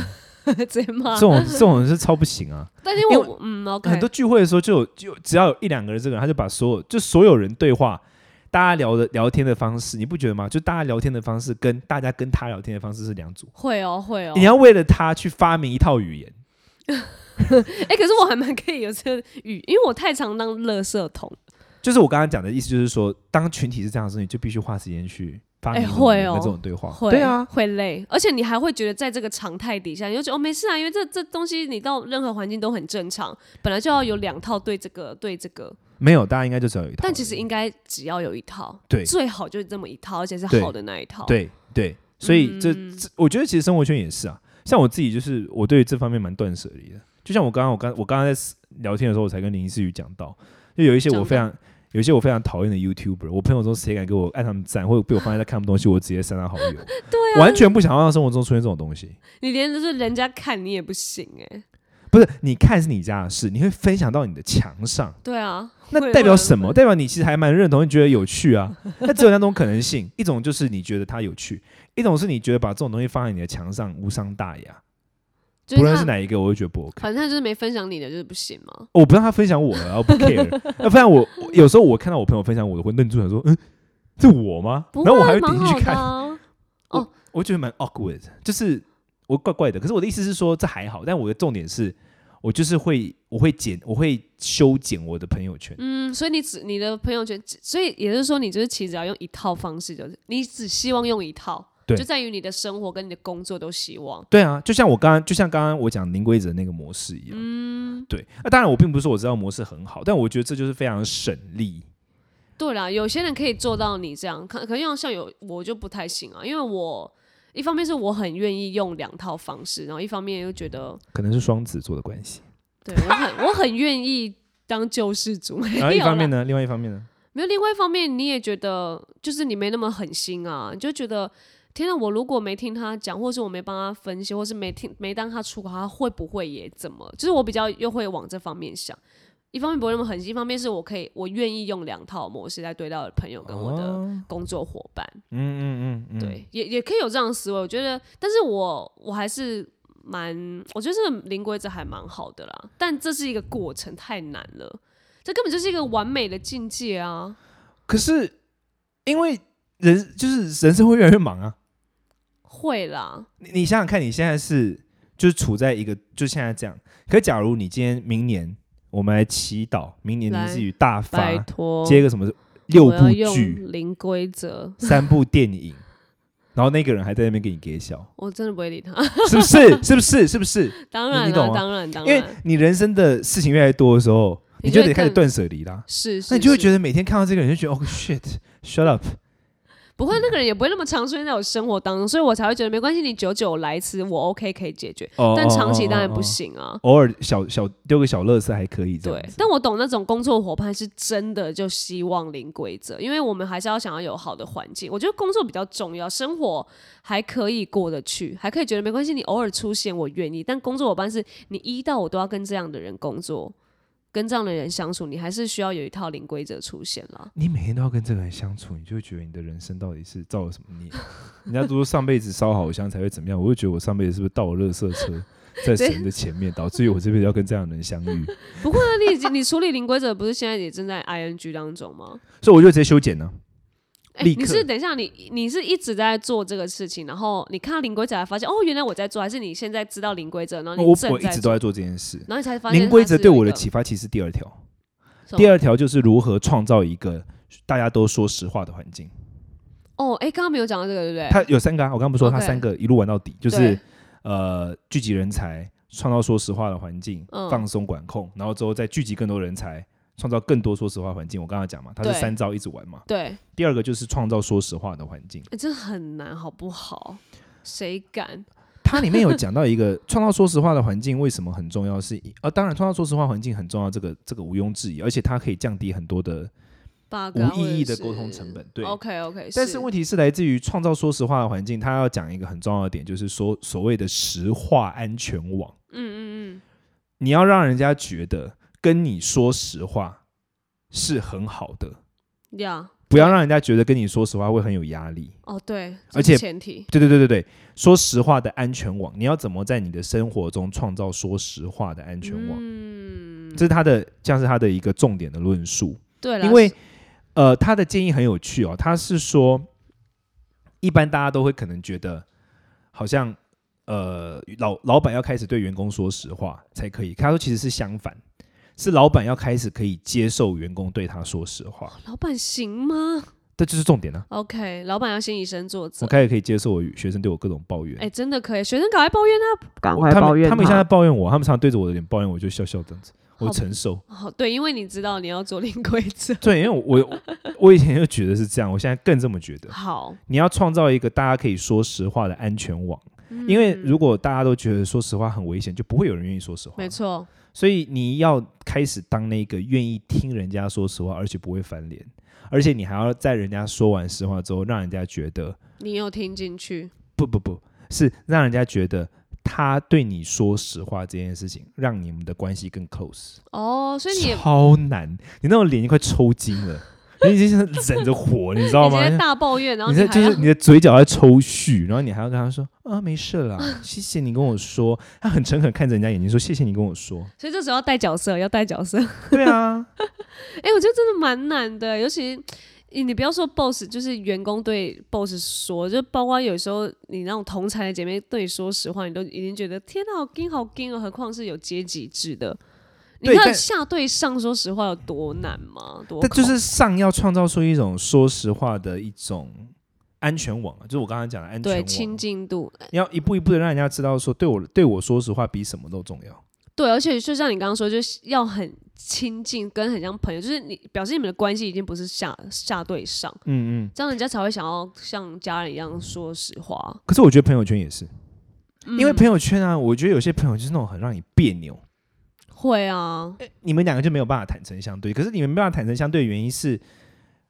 Speaker 1: 对，
Speaker 2: 直接骂
Speaker 1: 这。种这种人是超不行啊。
Speaker 2: 但因为
Speaker 1: 因
Speaker 2: 我嗯，OK，
Speaker 1: 很多聚会的时候就有就只要有一两个人这个人，他就把所有就所有人对话，大家聊的聊天的方式，你不觉得吗？就大家聊天的方式跟大家跟他聊天的方式是两组，
Speaker 2: 会哦会哦。
Speaker 1: 你要为了他去发明一套语言。
Speaker 2: 哎，可是我还蛮可以有这个语，因为我太常当垃圾桶。
Speaker 1: 就是我刚刚讲的意思，就是说，当群体是这样的时候，你就必须花时间去发明
Speaker 2: 哎
Speaker 1: 一种语
Speaker 2: 会
Speaker 1: 言
Speaker 2: 哦
Speaker 1: 跟这种对话。
Speaker 2: 会
Speaker 1: 对啊，
Speaker 2: 会累，而且你还会觉得在这个常态底下，你就觉得哦没事啊，因为这这东西你到任何环境都很正常，本来就要有两套对这个对这个，
Speaker 1: 没有，大家应该就只有一套而已。
Speaker 2: 但其实应该只要有一套，
Speaker 1: 对
Speaker 2: 最好就是这么一套，而且是
Speaker 1: 对
Speaker 2: 好的那一套，，
Speaker 1: 对对，所以这、
Speaker 2: 嗯
Speaker 1: 这，我觉得其实生活圈也是啊。像我自己，就是我对这方面蛮断舍离的。就像我刚刚，我刚我刚刚在聊天的时候，我才跟林思雨讲到，就有一些我非常有一些我非常讨厌的 YouTuber，我朋友说谁敢给我按他们赞，或者被我发现在看他们东西，我直接删他 好友。对、
Speaker 2: 啊
Speaker 1: 完全不想要让生活中出现这种东西。
Speaker 2: 你连就是人家看你也不行哎、
Speaker 1: 不是，你看是你家的事，你会分享到你的墙上，
Speaker 2: 对 啊，
Speaker 1: 那代表什么？代表你其实还蛮认同，你觉得有趣啊。 那只有两种可能性，一种就是你觉得它有趣，一种是你觉得把这种东西放在你的墙上无伤大雅。
Speaker 2: 就
Speaker 1: 不论
Speaker 2: 是
Speaker 1: 是
Speaker 2: 他
Speaker 1: 哪一个，我会觉得不 OK。哦
Speaker 2: 反正他就是没分享你的就是不行嘛。
Speaker 1: 我不让他分享我了，然后不 care。那分享我，我有时候我看到我朋友分享我的，会愣住，想说，嗯，这我吗？
Speaker 2: 不
Speaker 1: 然
Speaker 2: 会
Speaker 1: 后我还
Speaker 2: 啊，
Speaker 1: 会
Speaker 2: 蛮
Speaker 1: 点进
Speaker 2: 好
Speaker 1: 去
Speaker 2: 的
Speaker 1: 看，
Speaker 2: 啊。
Speaker 1: 我觉得蛮 awkward，就是我怪怪的。可是我的意思是说，这还好，但我的重点是，我就是会，我会减，我会修剪我的朋友圈。
Speaker 2: 嗯，所以你只你的朋友圈，所以也就是说，你就是其实要用一套方式，就是你只希望用一套，
Speaker 1: 对
Speaker 2: 就在于你的生活跟你的工作都希望。
Speaker 1: 对啊，就像我刚刚，就像刚刚我讲零规则那个模式一样。
Speaker 2: 嗯，
Speaker 1: 对，那、当然我并不是说我知道模式很好，但我觉得这就是非常省力。
Speaker 2: 对啦，有些人可以做到你这样，可可像像有我就不太行啊，因为我一方面是我很愿意用两套方式，然后一方面又觉得
Speaker 1: 可能是双子座的关 系，
Speaker 2: 对我很我很愿意当救世主，没有
Speaker 1: 然后一方面
Speaker 2: 啦
Speaker 1: 呢，另外一方面呢，
Speaker 2: 没有，另外一方面你也觉得就是你没那么狠心啊，你就觉得天哪，我如果没听他讲，或是我没帮他分析，或是没听没当他出口，他会不会也怎么？就是我比较又会往这方面想。一方面不会那么狠心，一方面是我可以，我愿意用两套模式来对待我的朋友跟我的
Speaker 1: 哦
Speaker 2: 工作伙伴。
Speaker 1: 嗯嗯嗯嗯，
Speaker 2: 对，也也可以有这样的思维。我觉得，但是我我还是蛮，我觉得这个零规则还蛮好的啦。但这是一个过程，太难了，这根本就是一个完美的境界啊！
Speaker 1: 可是因为人就是人生会越来越忙啊，
Speaker 2: 会啦，
Speaker 1: 你你想想看，你现在是就是处在一个就现在这样，可假如你今天明年我们来祈祷，明年
Speaker 2: 来
Speaker 1: 你是与大发
Speaker 2: 拜托，
Speaker 1: 接个什么六
Speaker 2: 我要
Speaker 1: 部剧、
Speaker 2: 用零规则，
Speaker 1: 三部电影，然后那个人还在那边给你给笑，
Speaker 2: 我真的不会理他。
Speaker 1: 是不是？是不是？是不是？
Speaker 2: 当然
Speaker 1: 你懂
Speaker 2: 啦，
Speaker 1: 吗
Speaker 2: 当然，当
Speaker 1: 因为
Speaker 2: 然，
Speaker 1: 你人生的事情越来越多的时候，
Speaker 2: 嗯你
Speaker 1: 你
Speaker 2: 就
Speaker 1: 就
Speaker 2: 会
Speaker 1: 得开始
Speaker 2: 更
Speaker 1: 断舍离啦。
Speaker 2: 是是，
Speaker 1: 那你就会觉
Speaker 2: 得
Speaker 1: 得每天看到这个人，就觉得哦 shit，shut up。
Speaker 2: 不会，那个人也不会那么常出现在我生活当中，所以我才会觉得没关系，你久久来一次，我 OK 可以解决。
Speaker 1: 哦
Speaker 2: 但长期当然
Speaker 1: 哦
Speaker 2: 不
Speaker 1: 哦
Speaker 2: 行啊。
Speaker 1: 偶尔小小丢个小乐色还可以这
Speaker 2: 对
Speaker 1: 样，子。
Speaker 2: 但我懂那种工作伙伴是真的就希望零规则，因为我们还是要想要有好的环境。我觉得工作比较重要，生活还可以过得去，还可以觉得没关系，你偶尔出现我愿意。但工作伙伴是你一到我都要跟这样的人工作，跟这样的人相处，你还是需要有一套零规则出现啦。
Speaker 1: 你每天都要跟这个人相处，你就会觉得你的人生到底是造了什么孽？ 人家都说上辈子烧好香才会怎么样，我就觉得我上辈子是不是倒了垃圾 车在神的前面，导致于我这辈子要跟这样的人相遇，
Speaker 2: 不过呢，你已经你处理零规则不是现在也正在 ing 当中吗？
Speaker 1: 所以我就直接修剪呢、
Speaker 2: 哎、
Speaker 1: 立
Speaker 2: 你
Speaker 1: 刻
Speaker 2: 是等一下，你你是一直在做这个事情，然后你看到零规则，才发现哦，原来我在做，还是你现在知道零规则，然后你
Speaker 1: 哦我
Speaker 2: 正
Speaker 1: 我一
Speaker 2: 在
Speaker 1: 直
Speaker 2: 做
Speaker 1: 都在做这件事。
Speaker 2: 然后你才发现
Speaker 1: 零规则对我的启发其实是第二条，第
Speaker 2: 二
Speaker 1: 二条就是如何创造一个大家都说实话的环境。
Speaker 2: 哦，哎，刚刚没有讲到这个，对不对？
Speaker 1: 它有三个啊，我刚刚不是说它
Speaker 2: OK
Speaker 1: 三个一路玩到底，就是
Speaker 2: 对
Speaker 1: 呃聚集人才，创造说实话的环境，
Speaker 2: 嗯
Speaker 1: 放松管控，然后之后再聚集更多人才，创造更多说实话环境。我刚刚讲嘛，它是
Speaker 2: 对
Speaker 1: 三招一直玩嘛。
Speaker 2: 对，
Speaker 1: 第二个就是创造说实话的环境，
Speaker 2: 哎，这很难，好不好？谁敢？
Speaker 1: 它里面有讲到一个 创造说实话的环境为什么很重要是，一呃当然创造说实话环境很重要，这个这个毋庸置疑，而且它可以降低很多的
Speaker 2: 八个
Speaker 1: 无意义的沟通成本，对。
Speaker 2: OK OK，
Speaker 1: 但是问题是来自于创造说实话的环境，它要讲一个很重要的点，就是说所谓的实话安全网。
Speaker 2: 嗯嗯嗯，
Speaker 1: 你要让人家觉得跟你说实话是很好的，
Speaker 2: 呀，
Speaker 1: 不要让人家觉得跟你说实话会很有压力。
Speaker 2: 哦对，
Speaker 1: 而
Speaker 2: 这
Speaker 1: 且
Speaker 2: 是前提
Speaker 1: 对对对对对，说实话的安全网，你要怎么在你的生活中创造说实话的安全网？
Speaker 2: 嗯，
Speaker 1: 这是他的，像是他的一个重点的论述。
Speaker 2: 对了，
Speaker 1: 因为呃，他的建议很有趣哦，他是说，一般大家都会可能觉得，好像呃，老老板要开始对员工说实话才可以。他说其实是相反，是老板要开始可以接受员工对他说实话，
Speaker 2: 老板行吗
Speaker 1: 这就是重点啊。
Speaker 2: ？OK，老板要先以身作则
Speaker 1: 我。开始可以接受我学生对我各种抱怨。
Speaker 2: 哎，真的可以，学生赶快抱怨他，赶
Speaker 1: 我他们他们现在抱怨我，他们常常对着我的脸抱怨，我就笑笑这样子，我
Speaker 2: 好
Speaker 1: 承受。
Speaker 2: 哦，对，因为你知道你要做零规则。
Speaker 1: 对，因为我我我以前就觉得是这样，我现在更这么觉得。
Speaker 2: 好，
Speaker 1: 你要创造一个大家可以说实话的安全网，
Speaker 2: 嗯
Speaker 1: 因为如果大家都觉得说实话很危险，就不会有人愿意说实话。
Speaker 2: 没，错，
Speaker 1: 所以你要开始当那个愿意听人家说实话，而且不会翻脸，而且你还要在人家说完实话之后，让人家觉得
Speaker 2: 你有听进去，
Speaker 1: 不不不是让人家觉得他对你说实话这件事情，让你们的关系更 close。
Speaker 2: 哦，所以你也
Speaker 1: 超难，你那种脸就快抽筋了。你已经是忍着火，你知道
Speaker 2: 你
Speaker 1: 吗
Speaker 2: 直？接大抱怨，然后
Speaker 1: 你
Speaker 2: 你
Speaker 1: 在
Speaker 2: 还
Speaker 1: 就
Speaker 2: 要
Speaker 1: 是你的嘴角在抽搐，然后你还要跟他说啊，没事 啦，谢谢你跟我说。他很诚恳看着人家眼睛说，谢谢你跟我说。
Speaker 2: 所以这时候要带角色，要带角色。
Speaker 1: 对 啊，
Speaker 2: 哎、我觉得真的蛮难的，尤其你你不要说 boss，就是员工对 boss 说，就包括有时候你那种同才的姐妹对你说实话，你都已经觉得天哪，好惊好惊哦，何况是有阶级制的。你
Speaker 1: 对
Speaker 2: 看
Speaker 1: 但
Speaker 2: 下对上说实话有多难吗？多
Speaker 1: 但就
Speaker 2: 考
Speaker 1: 是上要创造出一种说实话的一种安全网啊，就是我刚刚讲的安全
Speaker 2: 对
Speaker 1: 网
Speaker 2: 亲。近度，
Speaker 1: 你要一步一步的让人家知道说，对我对我说实话比什么都重要。
Speaker 2: 对，而且就像你刚刚说，就是要很亲近，跟很像朋友，就是你表示你们的关系已经不是下下对上，
Speaker 1: 嗯嗯。
Speaker 2: 这样人家才会想要像家人一样说实话。
Speaker 1: 可是我觉得朋友圈也是，因为
Speaker 2: 嗯
Speaker 1: 朋友圈啊，我觉得有些朋友就是那种很让你别扭，
Speaker 2: 会啊，
Speaker 1: 你们两个就没有办法坦诚相对。可是你们没办法坦诚相对的原因是，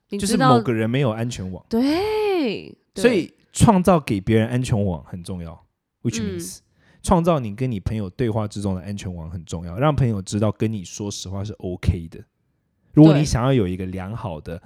Speaker 2: 你
Speaker 1: 就
Speaker 2: 知
Speaker 1: 是
Speaker 2: 道
Speaker 1: 某个人没有安全网，
Speaker 2: 对，对
Speaker 1: 所以创造给别人安全网很重要。Which
Speaker 2: 嗯
Speaker 1: means、创造你跟你朋友对话之中的安全网很重要，让朋友知道跟你说实话是 OK 的。如果
Speaker 2: 对
Speaker 1: 你想要有一个良好的、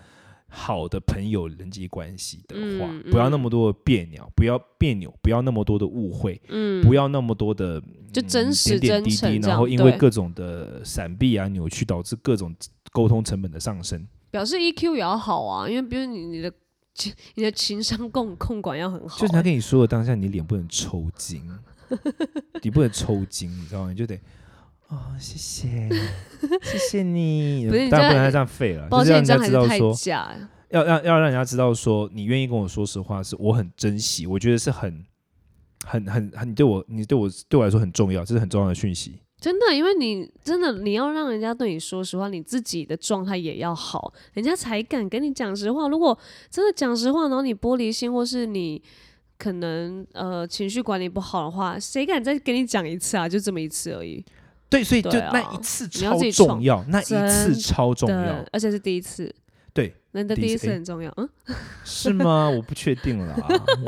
Speaker 1: 好的朋友人际关系的话，
Speaker 2: 嗯
Speaker 1: 不要那
Speaker 2: 嗯
Speaker 1: 么多的别扭，不要别扭，不要那么多的误会，
Speaker 2: 嗯，
Speaker 1: 不要那么多的
Speaker 2: 就
Speaker 1: 嗯
Speaker 2: 真实
Speaker 1: 点点滴
Speaker 2: 真诚
Speaker 1: 滴，
Speaker 2: 这
Speaker 1: 然后
Speaker 2: 样
Speaker 1: 因为
Speaker 2: 对
Speaker 1: 各种的闪避啊、扭曲，导致各种沟通成本的上升。
Speaker 2: 表示 EQ 也要好啊，因为比如你你的情你的情商控控管要很好、欸哎
Speaker 1: 就是他跟你说的当下，你脸不能抽筋，你不能抽筋，你知道吗？你就得哦，谢谢，谢谢你。
Speaker 2: 不是你
Speaker 1: 当然
Speaker 2: 这样
Speaker 1: 不能让他这样废了，
Speaker 2: 抱
Speaker 1: 就是让
Speaker 2: 歉，你
Speaker 1: 人家
Speaker 2: 这样还
Speaker 1: 知
Speaker 2: 是
Speaker 1: 道
Speaker 2: 太
Speaker 1: 说，
Speaker 2: 假欸了。
Speaker 1: 要让要让人家知道说，你愿意跟我说实话，是我很珍惜，我觉得是很。很很很，你对我，你对我对我来说很重要，这是很重要的讯息。
Speaker 2: 真的，因为你真的你要让人家对你说实话，你自己的状态也要好，人家才敢跟你讲实话。如果真的讲实话，然后你玻璃心，或是你可能呃情绪管理不好的话，谁敢再跟你讲一次啊？就这么一次而已。
Speaker 1: 对，所以就
Speaker 2: 对啊
Speaker 1: 那一次
Speaker 2: 你要
Speaker 1: 超
Speaker 2: 自己
Speaker 1: 重
Speaker 2: 闯
Speaker 1: 要，那一次
Speaker 2: 真
Speaker 1: 超重
Speaker 2: 对
Speaker 1: 要，
Speaker 2: 而且是第一次。
Speaker 1: 对，
Speaker 2: 人的
Speaker 1: 第一
Speaker 2: 第一
Speaker 1: 次
Speaker 2: 次
Speaker 1: 哎
Speaker 2: 很重要。嗯，
Speaker 1: 是吗？我不确定 啦，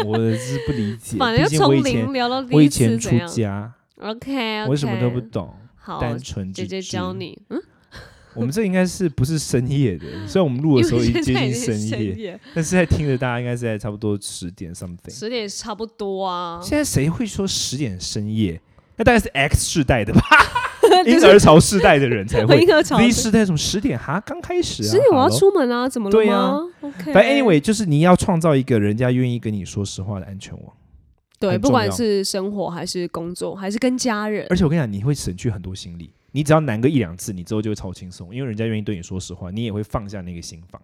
Speaker 1: 我是不理解。
Speaker 2: 反正
Speaker 1: 毕竟
Speaker 2: 要
Speaker 1: 我以
Speaker 2: 从
Speaker 1: 前
Speaker 2: 零聊到第
Speaker 1: 我以
Speaker 2: 一次
Speaker 1: 前
Speaker 2: 怎
Speaker 1: 出
Speaker 2: 样
Speaker 1: 家，
Speaker 2: ？OK，
Speaker 1: 我什么都不懂，
Speaker 2: 好，
Speaker 1: 单纯
Speaker 2: 姐
Speaker 1: 直
Speaker 2: 姐教。你，嗯，
Speaker 1: 我们这应该是不是深夜的？虽然我们录的时候已经接
Speaker 2: 因为
Speaker 1: 近
Speaker 2: 现在已经
Speaker 1: 深夜，
Speaker 2: 夜，
Speaker 1: 但是在听的大家应该是在差不多十点 something。
Speaker 2: 十点也差不多啊。
Speaker 1: 现在谁会说十点深夜？那大概是 X 世代的吧，
Speaker 2: 就
Speaker 1: 婴
Speaker 2: 是
Speaker 1: 儿潮世代的人才会
Speaker 2: 婴。儿潮
Speaker 1: V 世代什么十点哈？刚开始啊，
Speaker 2: 十点我要
Speaker 1: hello
Speaker 2: 出门啊，怎么了
Speaker 1: 对
Speaker 2: 吗？OK，
Speaker 1: 反正 anyway，就是你要创造一个人家愿意跟你说实话的安全网，
Speaker 2: 对，
Speaker 1: 很
Speaker 2: 不
Speaker 1: 重
Speaker 2: 管
Speaker 1: 要
Speaker 2: 是生活还是工作，还是跟家人，
Speaker 1: 而且我跟你讲，你会省去很多心力。你只要难个一两次，你之后就会超轻松，因为人家愿意对你说实话，你也会放下那个心防，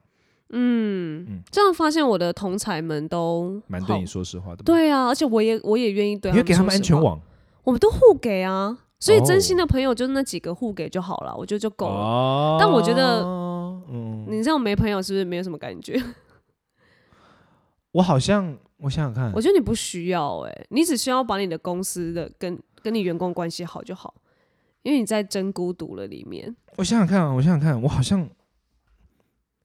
Speaker 2: 嗯
Speaker 1: 嗯，
Speaker 2: 这样发现我的同才们都
Speaker 1: 蛮对
Speaker 2: 好
Speaker 1: 你，说实话的。，
Speaker 2: 对啊，而且我也我也愿意对，
Speaker 1: 你会给他们安全，网
Speaker 2: 我们都互给啊，所以真心
Speaker 1: 哦
Speaker 2: 的朋友就那几个互给就好了，我觉得就够了。
Speaker 1: 哦
Speaker 2: 但我觉得，
Speaker 1: 嗯，
Speaker 2: 你这样没朋友是不是没有什么感觉？
Speaker 1: 我好像，我想想看
Speaker 2: 我，觉得你不需要哎、你只需要把你的公司的跟跟你员工关系好就好，因为你在真孤独了里面。
Speaker 1: 我想想看啊，我想想看，我好像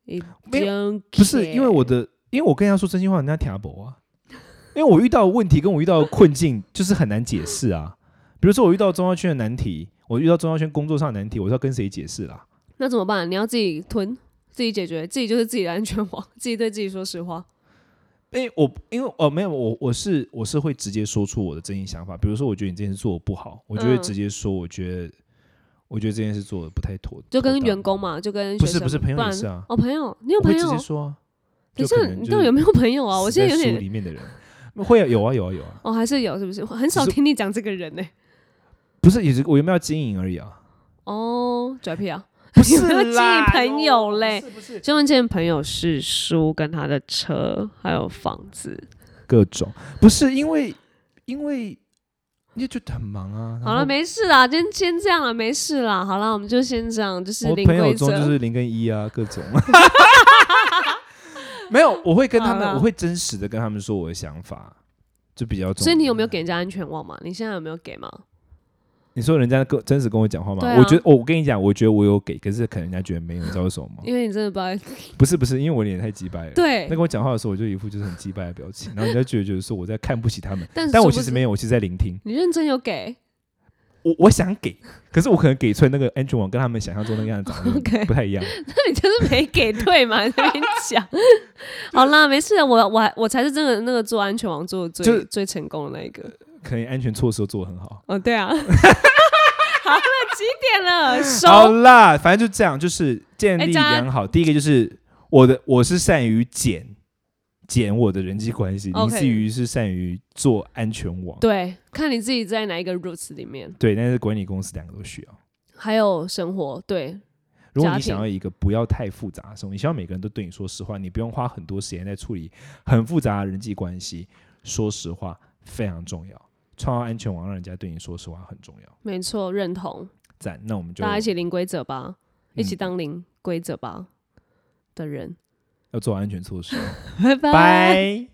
Speaker 2: 你
Speaker 1: 没有
Speaker 2: don't
Speaker 1: 不是因为我
Speaker 2: care
Speaker 1: 的，因为我跟人家说真心话，人家挑拨啊。因为我遇到的问题跟我遇到的困境就是很难解释啊。比如说我遇到中央圈的难题，我遇到中央圈工作上的难题，我是要跟谁解释啦？
Speaker 2: 那怎么办？你要自己吞，自己解决，自己就是自己的安全网， 自己对自己说实话。
Speaker 1: 因为我因为哦没有我我是我是会直接说出我的真心想法。比如说我觉得你这件事做的不好，我就会
Speaker 2: 嗯
Speaker 1: 直接说，我觉得我觉得这件事做的不太妥，
Speaker 2: 就跟
Speaker 1: 妥当
Speaker 2: 员工嘛，就跟
Speaker 1: 不
Speaker 2: 学
Speaker 1: 是
Speaker 2: 生
Speaker 1: 不是朋友
Speaker 2: 然
Speaker 1: 也是啊
Speaker 2: 哦，朋友，你有
Speaker 1: 我
Speaker 2: 朋
Speaker 1: 会直
Speaker 2: 友
Speaker 1: 接？说啊。
Speaker 2: 你
Speaker 1: 就
Speaker 2: 这
Speaker 1: 可
Speaker 2: 样
Speaker 1: 能
Speaker 2: 你
Speaker 1: 就
Speaker 2: 到底有没有朋友啊？我
Speaker 1: 死
Speaker 2: 现在有
Speaker 1: 书
Speaker 2: 点
Speaker 1: 里面的人会啊有啊有啊有啊，
Speaker 2: 哦，还是有是不是？我很少
Speaker 1: 只是
Speaker 2: 听你讲这个人呢、欸
Speaker 1: 不是也是我有没有要经营而已啊？
Speaker 2: 哦，拽屁啊！
Speaker 1: 不
Speaker 2: 有
Speaker 1: 是
Speaker 2: 没有经营
Speaker 1: 啦
Speaker 2: 朋友嘞
Speaker 1: 不是不是
Speaker 2: 郑文健朋友是书跟他的车，还有房子。
Speaker 1: 各种，不是因为因为你就很忙啊。
Speaker 2: 好
Speaker 1: 然
Speaker 2: 了，
Speaker 1: 后
Speaker 2: 没事啦，今天先这样了，没事啦。好了，我们就先这样，就是
Speaker 1: 我
Speaker 2: 零
Speaker 1: 朋友
Speaker 2: 规
Speaker 1: 中就
Speaker 2: 则。
Speaker 1: 是零跟一啊，各 种。没有，我会跟他
Speaker 2: 好
Speaker 1: 们，
Speaker 2: 啦
Speaker 1: 我会真实的跟他们说我的想法，就比较重要。
Speaker 2: 所以你有没有给人家安全网嘛？你现在有没有给嘛？
Speaker 1: 哦你说人家跟真实跟我讲话吗？
Speaker 2: 对啊
Speaker 1: 我觉得、哦我跟你讲，我觉得我有给，可是可能人家觉得没有，你知道为什么吗？
Speaker 2: 因为你真的不爱
Speaker 1: 不是不是，因为我脸太鸡掰了。。
Speaker 2: 对
Speaker 1: 他跟，我讲话的时候，我就一副就是很鸡掰的表 情，然后人家就觉得觉得说我在看不起他们，
Speaker 2: 但
Speaker 1: 但我其
Speaker 2: 殊不
Speaker 1: 实
Speaker 2: 知
Speaker 1: 没有，我其实在聆听。
Speaker 2: 你认真有给，
Speaker 1: 我我想给，可是我可能给出来那个 Andrew 王跟他们想象中那个样子长
Speaker 2: OK
Speaker 1: 得不太一样。
Speaker 2: 那你就是没给对嘛？你在那边 讲，好啦，没事的，我我还我才是真的那个做安全网做的最、
Speaker 1: 就是
Speaker 2: 最成功的那一个。
Speaker 1: 可能安全措施都做得很好。
Speaker 2: 哦，对啊。好了，几点了？
Speaker 1: 好
Speaker 2: 收。
Speaker 1: 啦，反正就这样，就是建
Speaker 2: 哎
Speaker 1: 立
Speaker 2: 这样
Speaker 1: 良好。第一个就是我的，我是善于减减我的人际关系，林
Speaker 2: OK
Speaker 1: 思瑜是善于做安全网。
Speaker 2: 对，看你自己在哪一个 roots 里面，
Speaker 1: 对，但是管理公司两个都需要。
Speaker 2: 还有生活。对，
Speaker 1: 如果
Speaker 2: 家
Speaker 1: 你
Speaker 2: 庭
Speaker 1: 想要一个不要太复杂的生活，你希望每个人都对你说实话，你不用花很多时间在处理很复杂的人际关系。说实话非常重要，创造安全网让人家对你说实话很重要。
Speaker 2: 没错，认同。
Speaker 1: 赞，那我们就
Speaker 2: 大家一起零规则吧，一起
Speaker 1: 嗯
Speaker 2: 当零规则吧的人。
Speaker 1: 要做好安全措施。
Speaker 2: 拜拜。
Speaker 1: 拜。